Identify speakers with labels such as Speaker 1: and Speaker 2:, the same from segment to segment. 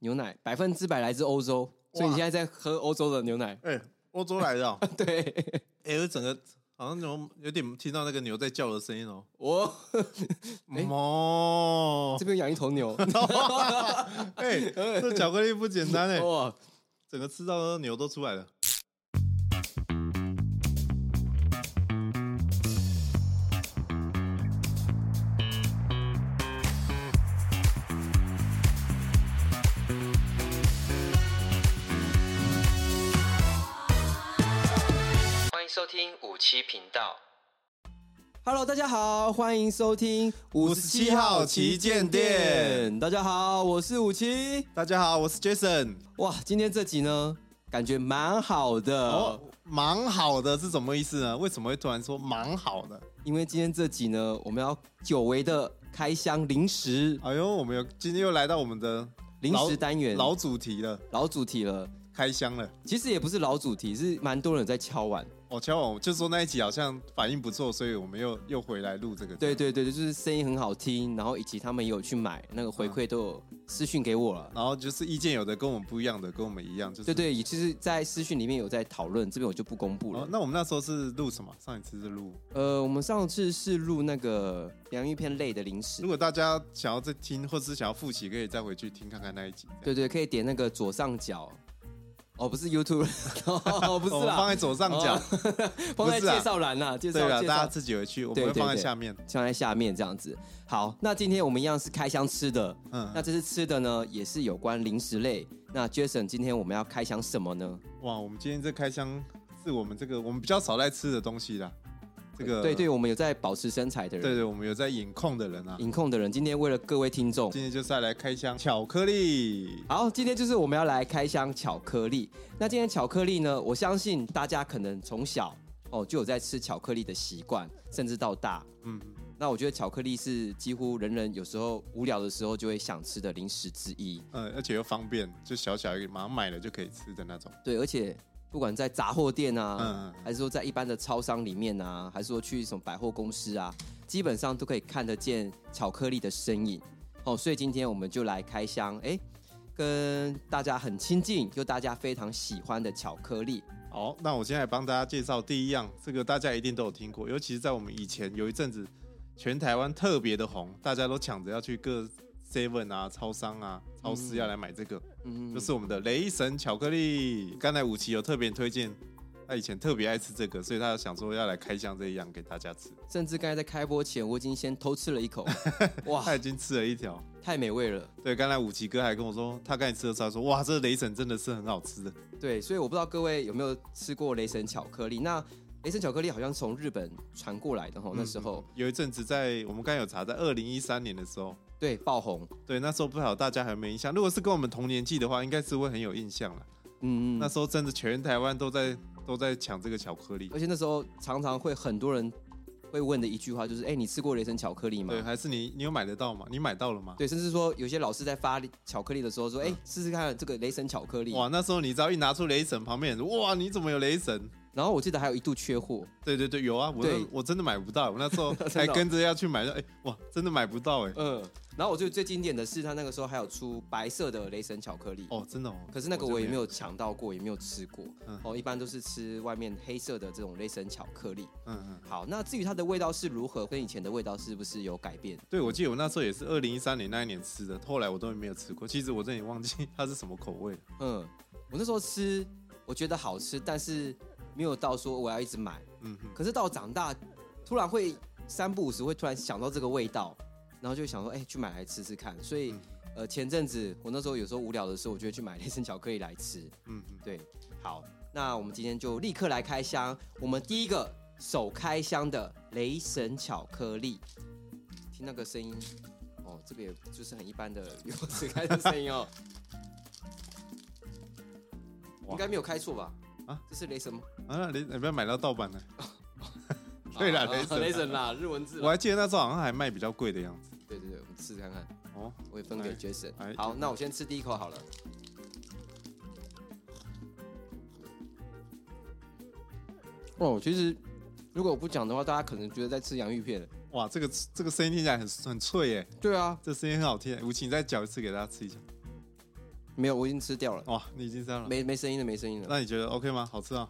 Speaker 1: 牛奶百分之百来自欧洲，所以你现在在喝欧洲的牛奶。
Speaker 2: 哎、欧洲来的、哦，
Speaker 1: 对，
Speaker 2: 哎、我整个好像有有点听到那个牛在叫的声音哦，
Speaker 1: 我哎
Speaker 2: 嗯哦，
Speaker 1: 这边养一头 牛，
Speaker 2: 哎、这巧克力不简单哎、
Speaker 1: 哇，
Speaker 2: 整个吃到的牛都出来了。
Speaker 3: 欢迎收听五七频道。
Speaker 1: Hello，大家好，欢迎收听
Speaker 2: 57号旗舰店。
Speaker 1: 大家好，我是五七。
Speaker 2: 大家好，我是 Jason。
Speaker 1: 哇，今天这集呢，感觉蛮好的，
Speaker 2: 哦，蛮好的是什么意思呢？为什么会突然说蛮好的？
Speaker 1: 因为今天这集呢，我们要久违的开箱零食
Speaker 2: 哎呦，我们有今天又来到我们的
Speaker 1: 零
Speaker 2: 老
Speaker 1: 食单元
Speaker 2: 老主题了，
Speaker 1: 老主题了。
Speaker 2: 开箱了。
Speaker 1: 其实也不是老主题，是蛮多人有在敲碗。
Speaker 2: 哦，乔王就说那一集好像反应不错，所以我们又又回来录这个。
Speaker 1: 对，对对对，就是声音很好听，然后以及他们也有去买，那
Speaker 2: 嗯
Speaker 1: 个回馈都有私讯给我了。
Speaker 2: 然后就是意见有的跟我们不一样的，跟我们一样，就是
Speaker 1: 对对，也就是在私讯里面有在讨论，这边我就不公布了。
Speaker 2: 哦，那我们那时候是录什么？上一次是录。
Speaker 1: 呃，我们上次是录那个洋芋片类的零食
Speaker 2: 如，果大家想要再听，或是想要复习，可以再回去听看看那一集。这样
Speaker 1: 对对，可以点那个左上角。哦，不是 YouTube，哦 不
Speaker 2: 我
Speaker 1: 是
Speaker 2: 们放
Speaker 1: 啦，
Speaker 2: 在左上角。
Speaker 1: 放在
Speaker 2: 不是啊
Speaker 1: 介绍栏啦，介
Speaker 2: 对
Speaker 1: 绍
Speaker 2: 了，
Speaker 1: 介
Speaker 2: 大家
Speaker 1: 绍
Speaker 2: 自己回去，我
Speaker 1: 对
Speaker 2: 们会
Speaker 1: 对
Speaker 2: 放在
Speaker 1: 对
Speaker 2: 下面。
Speaker 1: 放在下面这样子。好，那今天我们一样是开箱吃的，那
Speaker 2: 嗯，
Speaker 1: 这次吃的呢也是有关零食类。那 Jason，今天我们要开箱什么呢？
Speaker 2: 哇，我们今天这开箱是我们这个我们比较少在吃的东西啦。这个
Speaker 1: 对对，我们有在保持身材的人，
Speaker 2: 对对，我们有在饮控的人啊，
Speaker 1: 饮控的人，今天为了各位听众，
Speaker 2: 今天就是要来开箱巧克力。
Speaker 1: 好，今天就是我们要来开箱巧克力。那今天巧克力呢，我相信大家可能从小哦就有在吃巧克力的习惯，甚至到大。
Speaker 2: 嗯，
Speaker 1: 那我觉得巧克力是几乎人人有时候无聊的时候就会想吃的零食之一。
Speaker 2: 呃，而且又方便，就小小一个，马上买了就可以吃的那种。
Speaker 1: 对，而且不管在杂货店啊，
Speaker 2: 嗯嗯
Speaker 1: 还是说在一般的超商里面啊，还是说去什么百货公司啊，基本上都可以看得见巧克力的身影。哦，所以今天我们就来开箱，哎，跟大家很亲近又大家非常喜欢的巧克力。
Speaker 2: 好，那我现在帮大家介绍第一样，这个大家一定都有听过，尤其是在我们以前有一阵子，全台湾特别的红，大家都抢着要去各 Seven 啊、超商啊、超市要来买这个，
Speaker 1: 嗯，
Speaker 2: 就是我们的雷神巧克力。刚才武奇有特别推荐，他以前特别爱吃这个，所以他想说要来开箱这一样给大家吃，
Speaker 1: 甚至刚才在开播前，我已经先偷吃了一口，哇
Speaker 2: 他，已经吃了一条。
Speaker 1: 太美味了。
Speaker 2: 对，刚才武奇哥还跟我说，他刚才吃的时候还说，哇，这雷神真的是很好吃的。
Speaker 1: 对，所以我不知道各位有没有吃过雷神巧克力。那雷神巧克力好像从日本传过来的哈，那时候、
Speaker 2: 嗯有一阵子在我们刚才有查，在二零一三年的时候，
Speaker 1: 对爆红。
Speaker 2: 对，那时候不晓得大家还有没有印象。如果是跟我们同年纪的话，应该是会很有印象了。
Speaker 1: 嗯嗯，
Speaker 2: 那时候真的全台湾都在都在抢这个巧克力，
Speaker 1: 而且那时候常常会很多人会问的一句话就是：哎、你吃过雷神巧克力吗
Speaker 2: 对，？还是你你有买得到吗？你买到了吗？
Speaker 1: 对，甚至说有些老师在发巧克力的时候说：哎、试试看这个雷神巧克力。
Speaker 2: 哇，那时候你只要一拿出雷神，旁边人说哇，你怎么有雷神？
Speaker 1: 然后我记得还有一度缺货，
Speaker 2: 对对对，有啊，我
Speaker 1: 对
Speaker 2: 我真的买不到，我那时候
Speaker 1: 真的
Speaker 2: 还
Speaker 1: 哦
Speaker 2: 跟着要去买，哎、哇，真的买不到哎、
Speaker 1: 嗯，然后我觉得最经典的是他那个时候还有出白色的雷神巧克力。
Speaker 2: 哦，真的哦。
Speaker 1: 可是那个我也
Speaker 2: 就
Speaker 1: 没有抢到过，也没有吃过。
Speaker 2: 嗯
Speaker 1: 哦，一般都是吃外面黑色的这种雷神巧克力。
Speaker 2: 嗯嗯，
Speaker 1: 好，那至于它的味道是如何，跟以前的味道是不是有改变？
Speaker 2: 对，我记得我那时候也是二零一三年那一年吃的，后来我都没有吃过。其实我真的也忘记 它是什么口味了。
Speaker 1: 嗯，我那时候吃，我觉得好吃，但是没有到说我要一直买。
Speaker 2: 嗯哼，
Speaker 1: 可是到长大，突然会三不五时会突然想到这个味道，然后就想说，哎、去买来吃吃看。所以
Speaker 2: 嗯，
Speaker 1: 呃，前阵子我那时候有时候无聊的时候，我就会去买雷神巧克力来吃。
Speaker 2: 嗯哼，
Speaker 1: 对，好，那我们今天就立刻来开箱。我们第一个首开箱的雷神巧克力，听那个声音，哦，这个也就是很一般的油纸开的声音 哦，
Speaker 2: 哇
Speaker 1: 应该没有开错吧？
Speaker 2: 啊
Speaker 1: 啊，这是雷神吗？
Speaker 2: 啊，雷，你不要买到盗版的。对啦
Speaker 1: 啊
Speaker 2: 雷神
Speaker 1: 雷神啦，日文字
Speaker 2: 我
Speaker 1: 啦。
Speaker 2: 还记得那时候好像还卖比较贵的样子。
Speaker 1: 对对对，我们试试看看，
Speaker 2: 哦，
Speaker 1: 我也分给 Jason
Speaker 2: 哎。
Speaker 1: 好，那我先吃第一口好了。哦，其实如果我不讲的话，大家可能觉得在吃洋芋片。
Speaker 2: 哇，这个这个声音听起来很很脆耶，
Speaker 1: 对啊，
Speaker 2: 这声音很好听耶。吴奇，你再嚼一次给大家吃一下。
Speaker 1: 没有，我已经吃掉了，
Speaker 2: 哇，你已经这样了，
Speaker 1: 没没声音了，没声音了。
Speaker 2: 那你觉得 OK 吗？好吃啊？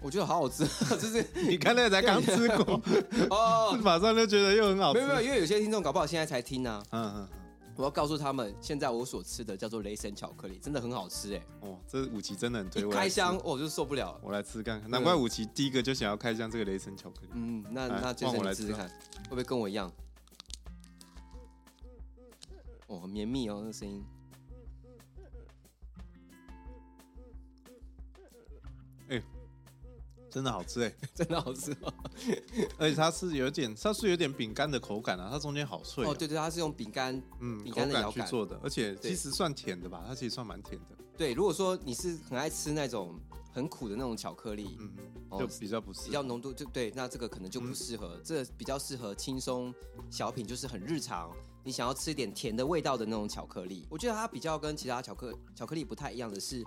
Speaker 1: 我觉得好好吃，啊 就是
Speaker 2: 你看那个才刚吃 过，
Speaker 1: 哦，
Speaker 2: 马上就觉得又很好
Speaker 1: 没
Speaker 2: 吃。
Speaker 1: 有没有，因为有些听众搞不好现在才听啊，
Speaker 2: 嗯嗯
Speaker 1: 我要告诉他们，现在我所吃的叫做雷神巧克力，真的很好吃哎、
Speaker 2: 嗯，哦，这武奇真的很推
Speaker 1: 一
Speaker 2: 我。
Speaker 1: 开箱，哦我就受不了了。
Speaker 2: 我来吃看看。难怪武奇第一个就想要开箱这个雷神巧克力。
Speaker 1: 嗯，那
Speaker 2: 来
Speaker 1: 那杰
Speaker 2: 换
Speaker 1: 森
Speaker 2: 我
Speaker 1: 你
Speaker 2: 来
Speaker 1: 试试
Speaker 2: 吃啊
Speaker 1: 看，会不会跟我一样？哦，很绵密哦，那个声音。
Speaker 2: 真的好吃哎、
Speaker 1: 真的好吃哦！
Speaker 2: 而且它是有点，它是有点饼干的口感啊，它中间好脆、啊。
Speaker 1: 哦，对对，它是用饼干。
Speaker 2: 嗯，
Speaker 1: 饼
Speaker 2: 口
Speaker 1: 干的
Speaker 2: 感
Speaker 1: 咬
Speaker 2: 去
Speaker 1: 感
Speaker 2: 做的，而且
Speaker 1: 对
Speaker 2: 其实算甜的吧，它其实算蛮甜的，
Speaker 1: 对，如果说你是很爱吃那种很苦的那种巧克力，
Speaker 2: 嗯，
Speaker 1: 哦
Speaker 2: 就比较不是
Speaker 1: 比较浓度就对，那这个可能就不适合，这比较适合轻松小品，就是很日常，你想要吃一点甜的味道的那种巧克力。我觉得它比较跟其他巧克巧克力不太一样的是，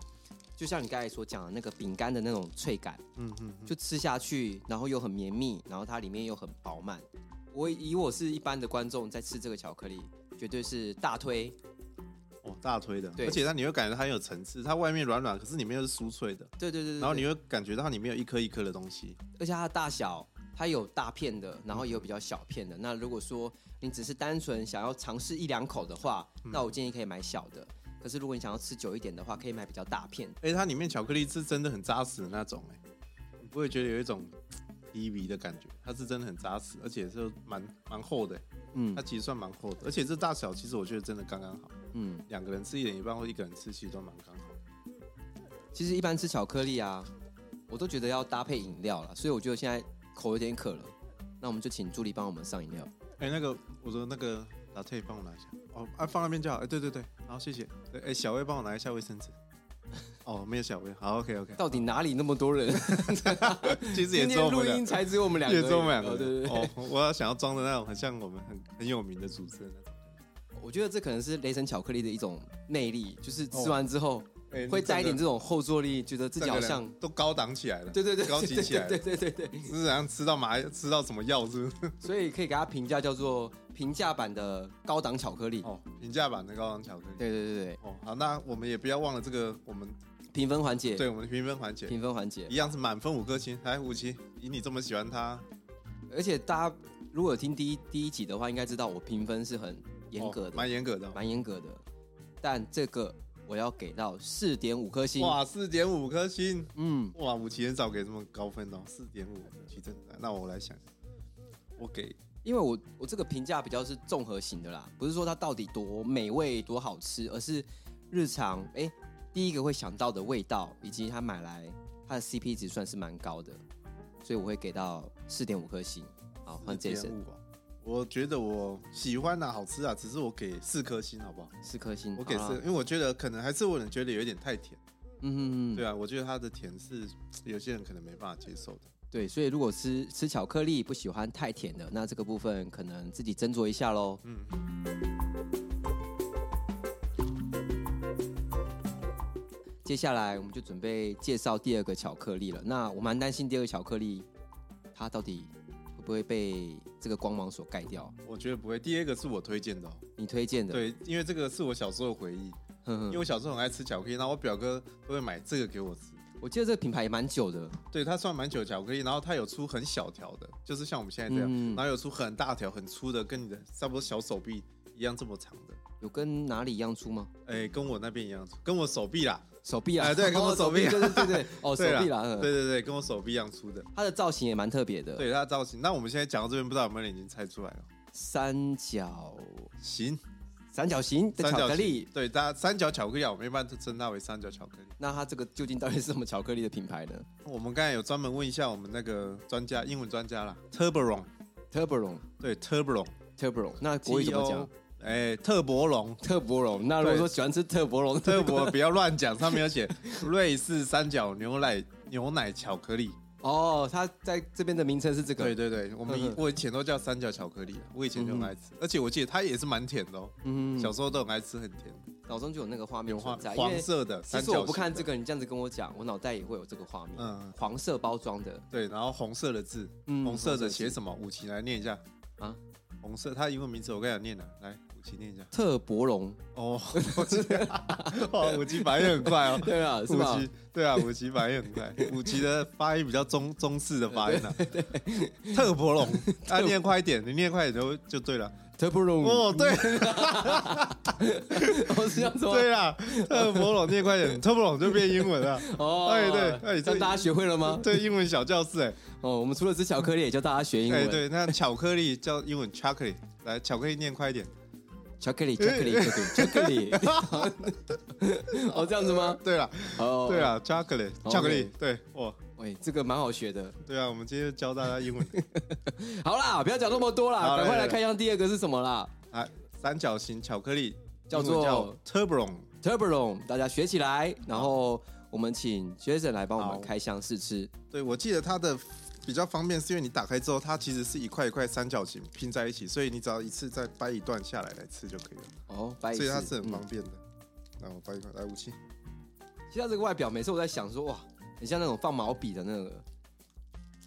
Speaker 1: 就像你刚才所讲的那个饼干的那种脆感，
Speaker 2: 嗯嗯，嗯
Speaker 1: 就吃下去，然后又很绵密，然后它里面又很饱满。我以我是一般的观众在吃这个巧克力，绝对是大推。
Speaker 2: 哦大推的，
Speaker 1: 对
Speaker 2: 而且它你会感觉它很有层次，它外面软软，可是里面又是酥脆的，
Speaker 1: 对对对对对。
Speaker 2: 然后你会感觉到它里面有一颗一颗的东西，
Speaker 1: 而且它的大小，它有大片的，然后也有比较小片
Speaker 2: 嗯
Speaker 1: 的。那如果说你只是单纯想要尝试一两口的话，
Speaker 2: 嗯
Speaker 1: 那我建议可以买小的。可是如果你想要吃久一点的话，可以买比较大片的。
Speaker 2: 而且它里面巧克力是真的很扎实的那种、哎，你不会觉得有一种低迷的感觉，它是真的很扎实，而且是蛮蛮厚的、哎
Speaker 1: 嗯
Speaker 2: 它其实算蛮厚的，而且这大小其实我觉得真的刚刚好，
Speaker 1: 嗯，
Speaker 2: 两个人吃一人一半或一个人吃其实都蛮刚好，
Speaker 1: 其实一般吃巧克力啊，我都觉得要搭配饮料了，所以我觉得现在口有点渴了。那我们就请助理帮我们上饮料。
Speaker 2: 哎、那个我说那个老退帮我拿一下，哦啊放那边就好，哎、对对对，好谢谢，对哎、小薇帮我拿一下卫生 纸，哦没有小薇，好 OK OK，
Speaker 1: 到底哪里那么多人？
Speaker 2: 其实也
Speaker 1: 今
Speaker 2: 只有
Speaker 1: 天
Speaker 2: 我
Speaker 1: 录
Speaker 2: 们两
Speaker 1: 音
Speaker 2: 个。
Speaker 1: 才只有我们两个而
Speaker 2: 也
Speaker 1: 已，
Speaker 2: 只有我们两
Speaker 1: 哦
Speaker 2: 个
Speaker 1: 对对
Speaker 2: 人
Speaker 1: 对。
Speaker 2: 哦，我要想要装的那种很像我们很很有名的主 持人那种，
Speaker 1: 我觉得这可能是雷神巧克力的一种魅力，就是
Speaker 2: 哦
Speaker 1: 吃完之后
Speaker 2: 哎
Speaker 1: 会带一点这种后坐力，觉得自己好像
Speaker 2: 整个人都高档起来了，
Speaker 1: 对对对，
Speaker 2: 高级起来了，
Speaker 1: 对对对对对，
Speaker 2: 是好像吃到麻吃到什么药是不是？
Speaker 1: 所以可以给它评价叫做平价版的高档巧克力。
Speaker 2: 哦，平价版的高档巧克力。
Speaker 1: 对对对对，
Speaker 2: 哦，好，那我们也不要忘了这个我们
Speaker 1: 评分环节，
Speaker 2: 对我们的评分环节，
Speaker 1: 评分环节
Speaker 2: 一。样是满分五颗星。来，五七，以你这么喜欢它，
Speaker 1: 而且大家如果有听第一第一集的话，应该知道我评分是很严格
Speaker 2: 哦
Speaker 1: 的，
Speaker 2: 蛮严格的哦。
Speaker 1: 蛮严格的。但这个我要给到四点五颗星。
Speaker 2: 哇，四点五颗星，
Speaker 1: 嗯，
Speaker 2: 哇，五七很少给这么高分哦，四点五，五七真的。那我来想，我给
Speaker 1: 因为我我这个评价比较是综合型的啦，不是说它到底多美味多好吃，而是日常哎、诶第一个会想到的味道，以及它买来它的 CP 值算是蛮高的，所以我会给到四点五颗星。好，换
Speaker 2: 四点
Speaker 1: Jason
Speaker 2: 五啊。我觉得我喜欢啊，好吃啊，只是我给四颗星，好不好？
Speaker 1: 四颗星，
Speaker 2: 我给
Speaker 1: 嗯好啊
Speaker 2: 四，
Speaker 1: 啦
Speaker 2: 因为我觉得可能还是我觉得有点太甜。
Speaker 1: 嗯嗯嗯，
Speaker 2: 对啊，我觉得它的甜是有些人可能没办法接受的。
Speaker 1: 对，所以如果吃吃巧克力不喜欢太甜的，那这个部分可能自己斟酌一下喽。
Speaker 2: 嗯。
Speaker 1: 接下来我们就准备介绍第二个巧克力了。那我蛮担心第二个巧克力，它到底会不会被这个光芒所盖掉？
Speaker 2: 我觉得不会。第二个是我推荐的、哦，
Speaker 1: 你推荐的，
Speaker 2: 对，因为这个是我小时候的回忆，
Speaker 1: 哼
Speaker 2: 因
Speaker 1: 哼，
Speaker 2: 为我小时候很爱吃巧克力，然后我表哥都会买这个给我吃。
Speaker 1: 我记得这个品牌也蛮久的，
Speaker 2: 对，它算蛮久的巧克力，然后它有出很小条的，就是像我们现在这样，
Speaker 1: 嗯
Speaker 2: 然后有出很大条、很粗的，跟你的差不多小手臂一样这么长的。
Speaker 1: 有跟哪里一样粗吗？
Speaker 2: 哎，跟我那边一样粗，跟我手臂啦，
Speaker 1: 手臂啊，
Speaker 2: 哎对跟我
Speaker 1: 哦
Speaker 2: 手臂
Speaker 1: 对对对对，哦，手
Speaker 2: 对啊
Speaker 1: 臂啦，
Speaker 2: 对
Speaker 1: 嗯，
Speaker 2: 对对，跟我手臂一样粗的。
Speaker 1: 它的造型也蛮特别的，，
Speaker 2: 对，它的造型。那我们现在讲到这边，不知道有没有人已经猜出来了？
Speaker 1: 三角
Speaker 2: 行，
Speaker 1: 三角形的
Speaker 2: 三
Speaker 1: 巧
Speaker 2: 角
Speaker 1: 克
Speaker 2: 形
Speaker 1: 力，
Speaker 2: 对，大家三角巧克力啊，我们一般都称它为三角巧克力。
Speaker 1: 那它这个究竟到底是什么巧克力的品牌呢
Speaker 2: 我们刚才有专门问一下我们那个专家，英文专家啦 t u r b o r o n
Speaker 1: ？Turboron
Speaker 2: 对 t u r b o r o n
Speaker 1: Turboron，那国语怎么讲？？
Speaker 2: 哎，特 伯龙，
Speaker 1: 特博龙。那如果
Speaker 2: 对
Speaker 1: 说喜欢吃特博龙，
Speaker 2: 特伯不要乱讲，上面有写瑞士三角牛奶牛奶巧克力。
Speaker 1: 哦，它在这边的名称是这
Speaker 2: 对
Speaker 1: 个，
Speaker 2: 对对，我们以
Speaker 1: 呵呵
Speaker 2: 我以前都叫三角巧克力啊，我以前就很爱吃，而且我记得它也是蛮甜的哦，
Speaker 1: 嗯，
Speaker 2: 小时候都很爱吃，很甜，
Speaker 1: 脑中就有那个画面
Speaker 2: 有黄
Speaker 1: 存在，因
Speaker 2: 黄
Speaker 1: 为
Speaker 2: 色的
Speaker 1: 其
Speaker 2: 三
Speaker 1: 实
Speaker 2: 角形的。
Speaker 1: 我不看这个，你这样子跟我讲，我脑袋也会有这个画面，
Speaker 2: 嗯，
Speaker 1: 黄色包装的，
Speaker 2: 对，然后红色的字，
Speaker 1: 嗯
Speaker 2: 红色的写
Speaker 1: 字
Speaker 2: 什么？武奇来念一下
Speaker 1: 啊，
Speaker 2: 红色，它英文名字我刚才有念了，来，武器念一下。
Speaker 1: 特博龙，
Speaker 2: 哦，哇，武器反应很快哦。
Speaker 1: 对 啊，是
Speaker 2: 武
Speaker 1: 吧？
Speaker 2: 器对啊，武器反应很快。 武器的发音比较中中式的发音啊。特伯龙，啊，念快一点，你念快一点就就对了。
Speaker 1: 特博龙，
Speaker 2: 哦，对
Speaker 1: 嗯我是这样说，
Speaker 2: 对啦，
Speaker 1: 嗯
Speaker 2: 特伯龙念快一点，特伯龙就变英 文了。
Speaker 1: 哦，
Speaker 2: 哎对哎这
Speaker 1: 让大家学会了吗？
Speaker 2: 对，英文小教室哎、
Speaker 1: 哦，我们除了吃巧克力，也教大家学英
Speaker 2: 哎、
Speaker 1: 文。
Speaker 2: 对，那巧克力叫英文 chocolate，来，巧克力念快一点。
Speaker 1: 巧克力，巧克力，巧克力，巧 克力。哦，这样子吗？
Speaker 2: 对啦，
Speaker 1: 哦，
Speaker 2: 对，啊啦，chocolate，
Speaker 1: OK
Speaker 2: 巧克力，对，哇，
Speaker 1: 喂，这个蛮好学的。
Speaker 2: 对啊，我们今天就教大家英文
Speaker 1: 好啦，不要讲那么多啦，
Speaker 2: 好
Speaker 1: 赶快
Speaker 2: 来
Speaker 1: 来
Speaker 2: 来
Speaker 1: 看一下第二个是什么啦
Speaker 2: 啊，三角形巧克力
Speaker 1: 叫做
Speaker 2: 英文叫 turbolon，
Speaker 1: ，Turbolon，大家学起来。然后我们请 Jason 来帮我
Speaker 2: 好
Speaker 1: 们开箱试吃。
Speaker 2: 对我记得它的比较方便，是因为你打开之后，它其实是一块一块三角形拼在一起，所以你只要一次再掰一段下来来吃就可以了，
Speaker 1: 哦，白
Speaker 2: 所以它
Speaker 1: 是
Speaker 2: 是很方便的。
Speaker 1: 嗯
Speaker 2: 来，我掰一块，来武器，
Speaker 1: 其实它这个外表，每次我在想说，哇，很像那种放毛笔的那个，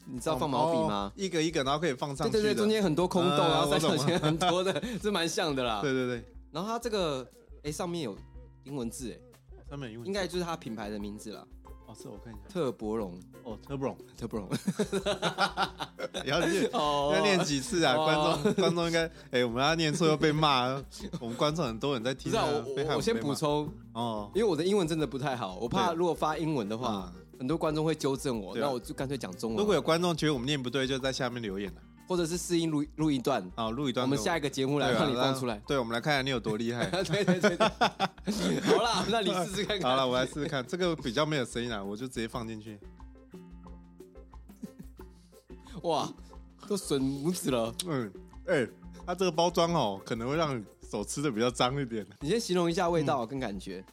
Speaker 1: 你知道放毛笔吗
Speaker 2: 哦？一个一个，然后可以放哦上
Speaker 1: 对
Speaker 2: 去
Speaker 1: 对
Speaker 2: 的。
Speaker 1: 对，中间很多空洞，
Speaker 2: 啊
Speaker 1: 然后三
Speaker 2: 我
Speaker 1: 角
Speaker 2: 懂
Speaker 1: 形很多 的，这蛮像的啦。
Speaker 2: 对对对，
Speaker 1: 然后它这个，哎，上面有英文字，哎，
Speaker 2: 上面有英文
Speaker 1: 应该就是它品牌的名字啦，
Speaker 2: 哦，是我看一下，
Speaker 1: 特博龙，
Speaker 2: 哦，turbolon，
Speaker 1: 特博龙。
Speaker 2: 也要念。
Speaker 1: 哦
Speaker 2: 要念几次啊？
Speaker 1: 哦
Speaker 2: 观众， 观众应该，哎，我们要念错又被骂， 我们观众很多人在
Speaker 1: 不
Speaker 2: 听
Speaker 1: 是
Speaker 2: 啊
Speaker 1: 啊，我
Speaker 2: 被害
Speaker 1: 我我先
Speaker 2: 被骂
Speaker 1: 补充，
Speaker 2: 哦，
Speaker 1: 因为我的英文真的不太好，我怕
Speaker 2: 对
Speaker 1: 如果发英文的话，很多观众会纠正我，
Speaker 2: 对啊
Speaker 1: 那我就干脆讲中文。
Speaker 2: 如果有观众觉得我们念不对，就在下面留言了。啊
Speaker 1: 或者是试音录录一段，
Speaker 2: 好，录一段
Speaker 1: 我
Speaker 2: 给
Speaker 1: 们
Speaker 2: 我，
Speaker 1: 下一个节目来
Speaker 2: 对啊
Speaker 1: 让你放出来。
Speaker 2: 对，我们来看看你有多厉害。
Speaker 1: 对对对， 对好啦，那 你试试看看。
Speaker 2: 好了，我来试试看，这个比较没有声音啊，我就直接放进去。
Speaker 1: 哇，都吮拇指了。
Speaker 2: 嗯，哎、它这个包装哦，可能会让你手吃的比较脏一点。
Speaker 1: 你先形容一下味道跟感觉，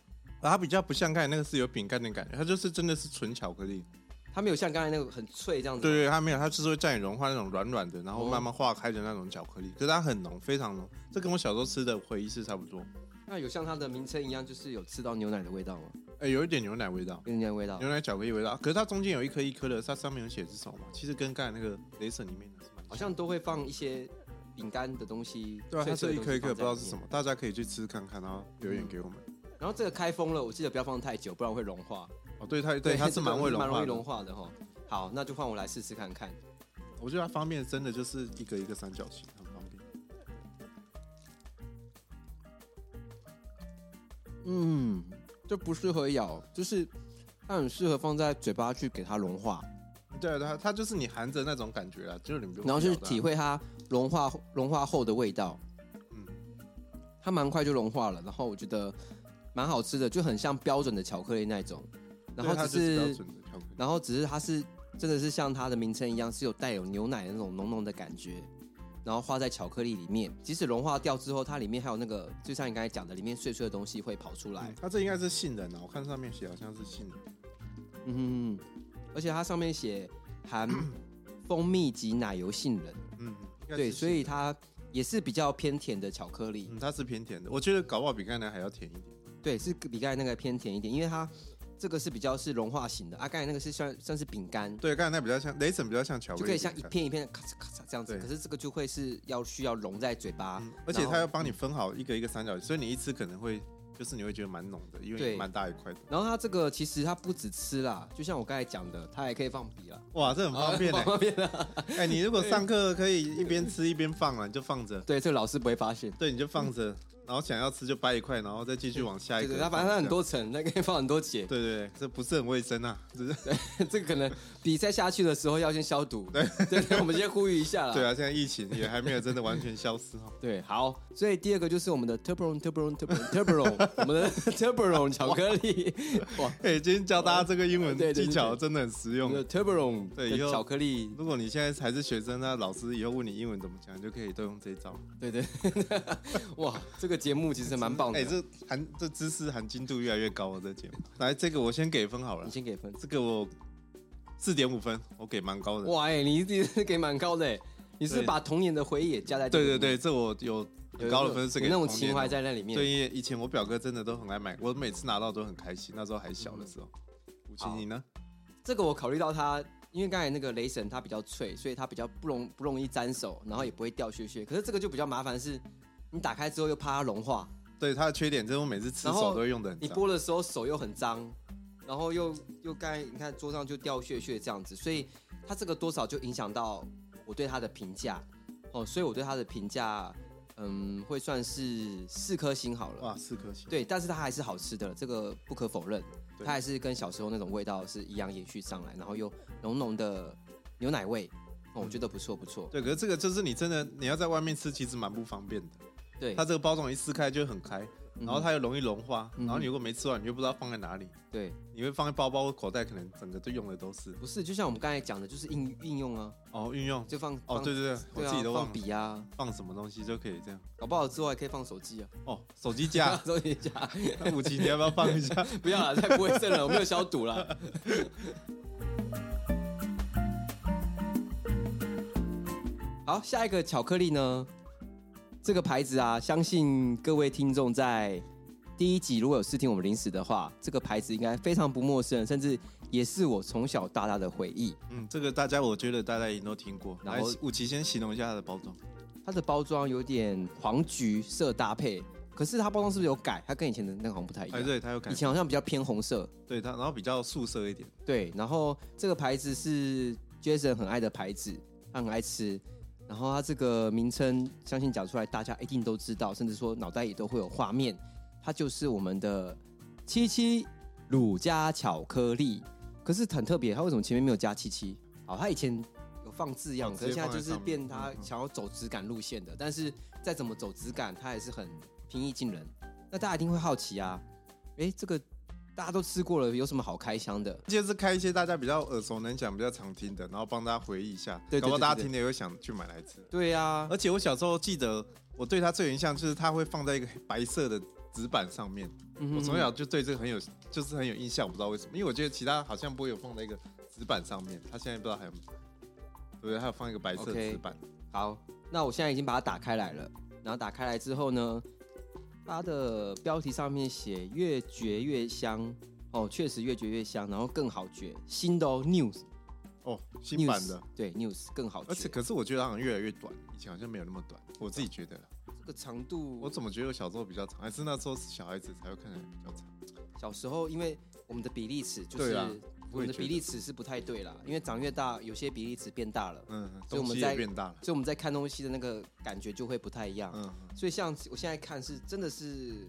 Speaker 2: 啊它比较不像刚才那个是有饼干的感觉，它就是真的是纯巧克力。
Speaker 1: 它没有像刚才那个很脆这样子。
Speaker 2: 对，对，它没有，它就是会叫你融化那种软软的，然后
Speaker 1: 哦
Speaker 2: 慢慢化开的那种巧克力，可是它很浓，非常浓。这跟我小时候吃的回忆是差不多。
Speaker 1: 那有像它的名称一样，就是有吃到牛奶的味道吗？
Speaker 2: 哎、有一点牛奶味道，
Speaker 1: 有牛奶味道。
Speaker 2: 牛奶巧克力味道。可是它中间有一颗一颗的，它上面有写是什么嘛？其实跟刚才那个雷神里面的是蛮像的
Speaker 1: 好像都会放一些饼干的东西，
Speaker 2: 对啊，它是
Speaker 1: 脆脆
Speaker 2: 一
Speaker 1: 的
Speaker 2: 颗一颗，
Speaker 1: 东西
Speaker 2: 不知道是
Speaker 1: 放在里面嗯
Speaker 2: 什。么，大家可以去吃看看，然后留言给我们。
Speaker 1: 然后这个开封了，我记得不要放太久，不然会融化。
Speaker 2: 哦，对，它对它是蛮会融
Speaker 1: 蛮容
Speaker 2: 化
Speaker 1: 易融
Speaker 2: 的。
Speaker 1: 化的哈。好，那就换我来试试看看。
Speaker 2: 我觉得它方便真的就是一个一个三角形，很方便。
Speaker 1: 嗯，就不适合咬，就是它很适合放在嘴巴去给它融化，
Speaker 2: 对啊，它它就是你含着那种感觉啦，就是你不用
Speaker 1: 然后去
Speaker 2: 咬它啊
Speaker 1: 体。会它融化融化后的味道。
Speaker 2: 嗯，
Speaker 1: 它蛮快就融化了，然后我觉得蛮好吃的，就很像标准的巧克力那种。然
Speaker 2: 对
Speaker 1: 后
Speaker 2: 它
Speaker 1: 只，
Speaker 2: 就是是标准的巧克力。
Speaker 1: 然后只是它是真的是像它的名称一样，是有带有牛奶的那种浓浓的感觉，然后化在巧克力里面。即使融化掉之后，它里面还有那个，就像你刚才讲的，里面碎碎的东西会跑出来
Speaker 2: 嗯。它这应该是杏仁啊，我看上面写好像是杏仁。
Speaker 1: 嗯，而且它上面写含蜂蜜及奶油杏仁，
Speaker 2: 嗯，应该是
Speaker 1: 对，所以
Speaker 2: 杏
Speaker 1: 它也是比较偏甜的巧克力
Speaker 2: 仁，嗯它是偏甜的，我觉得搞不好比刚才还要甜一点。
Speaker 1: 对，是比刚才那个偏甜一点，因为它这个是比较是融化型的，啊，刚才那个是算算是饼干，
Speaker 2: 对，刚才那比较像雷神，比较像巧克
Speaker 1: 就
Speaker 2: 力
Speaker 1: 可以
Speaker 2: 饼
Speaker 1: 像
Speaker 2: 干，
Speaker 1: 一片一片的咔嚓咔嚓这样子，
Speaker 2: 对
Speaker 1: 可是这个就会是要需要融在嘴巴，
Speaker 2: 嗯而且
Speaker 1: 然后
Speaker 2: 它要帮你分好一个一个三角形，所以你一吃可能会就是你会觉得蛮浓的，因为
Speaker 1: 对
Speaker 2: 蛮大一块的。
Speaker 1: 然后它这个其实它不止吃啦，就像我刚才讲的，它还可以放笔啦，
Speaker 2: 哇，这很方 便哎、
Speaker 1: 方便啊啦。
Speaker 2: 哎、你如果上课可以一边吃一边放啊，你就放着，
Speaker 1: 对，这个老师不会发现。
Speaker 2: 对，你就放着，然后想要吃就掰一块，然后再继续往下一
Speaker 1: 嗯对
Speaker 2: 个
Speaker 1: 对，
Speaker 2: 放。
Speaker 1: 它反正它很多层，它可以放很多节。
Speaker 2: 这样，对对对，这不是很卫生啊，只是
Speaker 1: 这个可能比赛下去的时候要先消 毒。对对 对，我们先呼吁一下啦。
Speaker 2: 对啊，现在疫情也还没有真的完全消失哦。
Speaker 1: 对，好，所以第二个就是我们的 Turbolon Turbolon Turbolon Turbolon，我们的 Turbolon 巧克力，哇，
Speaker 2: 哎、今天教大家这个英 文
Speaker 1: 对对对
Speaker 2: 技巧真的很实
Speaker 1: 我
Speaker 2: 用
Speaker 1: 们。的 Turbolon
Speaker 2: 对以
Speaker 1: 的
Speaker 2: 后
Speaker 1: 巧克力，
Speaker 2: 如果你现在还是学生，那老师以后问你英文怎么讲，你就可以都用这一招。
Speaker 1: 对对， 哇，这个节目其实蛮棒的。
Speaker 2: 哎、这含这知识含金度越来越高了，这节 目。来，这个我先给分好了
Speaker 1: 你，先给分。
Speaker 2: 这个我四点五分，我给蛮高的。
Speaker 1: 哇，哎，你你是给蛮高的哎，你是
Speaker 2: 对
Speaker 1: 把童年的回忆也加在这
Speaker 2: 对
Speaker 1: 里
Speaker 2: 对
Speaker 1: 面
Speaker 2: 对，这我有很高的分是
Speaker 1: 有
Speaker 2: 给
Speaker 1: 那种
Speaker 2: 童年
Speaker 1: 情
Speaker 2: 的
Speaker 1: 怀在那里面。
Speaker 2: 对，因为以前我表哥真的都很爱买，我每次拿到都很开心。那时候还小的时候，吴奇，
Speaker 1: 好
Speaker 2: 你呢？
Speaker 1: 这个我考虑到它因为刚才那个雷神它比较脆，所以它比较不容不容易沾手，然后也不会掉屑屑。可是这个就比较麻烦，是你打开之后又怕它融 化，
Speaker 2: 对它的缺点就是我每次吃手都会用的很
Speaker 1: 你
Speaker 2: 脏。
Speaker 1: 剥的时候手又很脏，然后又又该你看桌上就掉屑屑这样子，所以它这个多少就影响到我对它的评价哦，所以我对它的评价嗯会算是四颗星好了。
Speaker 2: 哇，四颗星。
Speaker 1: 对，但是它还是好吃的，这个不可否认，
Speaker 2: 对
Speaker 1: 它还是跟小时候那种味道是一样延续上来，然后又浓浓的牛奶味，哦，我觉得不错不错。
Speaker 2: 对，可是这个就是你真的你要在外面吃，其实蛮不方便的。
Speaker 1: 对，
Speaker 2: 它这个包装一撕开就会很开，然后它又容易融化，
Speaker 1: 嗯
Speaker 2: 然后你如果没吃完，你就不知道放在哪里，
Speaker 1: 对，
Speaker 2: 你会放在包包或口袋，可能整个都用的都是。
Speaker 1: 不是就像我们刚才讲的，就是应应用啊，
Speaker 2: 哦，运用
Speaker 1: 就放
Speaker 2: 哦，
Speaker 1: 放
Speaker 2: 对对对，我
Speaker 1: 对
Speaker 2: 自己
Speaker 1: 啊，
Speaker 2: 都
Speaker 1: 放
Speaker 2: 忘了
Speaker 1: 笔啊，
Speaker 2: 放什么东西就可以这样。
Speaker 1: 搞不好之后还可以放手机啊。，
Speaker 2: 哦，手机架
Speaker 1: 啊 收一下，
Speaker 2: 五级你要不要放一下？
Speaker 1: 不要了，再不会剩了，我没有消毒 了。好，下一个巧克力呢？这个牌子啊，相信各位听众在第一集如果有试听我们零食的话，这个牌子应该非常不陌生，甚至也是我从小到大的回忆。
Speaker 2: 嗯，这个大家我觉得大家一定都听过。
Speaker 1: 然
Speaker 2: 来
Speaker 1: 后，
Speaker 2: 五奇先形容一下它的包装。
Speaker 1: 它的包装有点黄橘色搭配，可是它包装是不是有改？它跟以前的那个好像不太一
Speaker 2: 哎，
Speaker 1: 样，
Speaker 2: 对，它有改
Speaker 1: 以，前好像比较偏红色，
Speaker 2: 对它，然后比较素色一点。
Speaker 1: 对，然后这个牌子是 Jason 很爱的牌子，他很爱吃。然后它这个名称，相信讲出来大家一定都知道，甚至说脑袋里都会有画面。它就是我们的七七乳加巧克力，可是很特别，它为什么前面没有加七七？好，它以前有放字样，
Speaker 2: 哦
Speaker 1: 可是
Speaker 2: 直接
Speaker 1: 现在
Speaker 2: 放在
Speaker 1: 就是
Speaker 2: 上面
Speaker 1: 变它
Speaker 2: 嗯嗯
Speaker 1: 想要走质感路线的。但是再怎么走质感，它还是很平易近人。那大家一定会好奇啊，诶，这个大家都吃过了，有什么好开箱的？
Speaker 2: 就是开一些大家比较耳熟能详、比较常听的，然后帮大家回忆一下，
Speaker 1: 对对对
Speaker 2: 搞不好大家
Speaker 1: 对对
Speaker 2: 听了也会想去买来吃。
Speaker 1: 对呀、
Speaker 2: 而且我小时候记得，我对它最有印象就是它会放在一个白色的纸板上面。
Speaker 1: 嗯哼
Speaker 2: 我从小就对这个很有，就是很有印象，我不知道为什么，因为我觉得其他好像不会有放在一个纸板上面，它现在不知道还有没有，对不对？还有放一个白色
Speaker 1: OK
Speaker 2: 纸板
Speaker 1: 好，那我现在已经把它打开来了。然后打开来之后呢，它的标题上面写“越嚼越香”，哦，确实越嚼越香，然后更好嚼，新的哦，news
Speaker 2: 哦，新版的
Speaker 1: news，。对 news 更好嚼。
Speaker 2: 而且可是我觉得好像越来越短，以前好像没有那么短，我自己觉得啦。
Speaker 1: 这个长度，
Speaker 2: 我怎么觉得我小时候比较长，还是那时候是小孩子才会看起来比较长？
Speaker 1: 小时候因为我们的比例尺就
Speaker 2: 对
Speaker 1: 是
Speaker 2: 啦
Speaker 1: 啊我们的
Speaker 2: 觉
Speaker 1: 比
Speaker 2: 得
Speaker 1: 例尺是不太对啦，因为长越大，有些比例尺变大了，
Speaker 2: 嗯，
Speaker 1: 所以我
Speaker 2: 东
Speaker 1: 们
Speaker 2: 西
Speaker 1: 在
Speaker 2: 也变大了。
Speaker 1: 所以我们在看东西的那个感觉就会不太一样。
Speaker 2: 嗯，
Speaker 1: 所以像我现在看是真的是，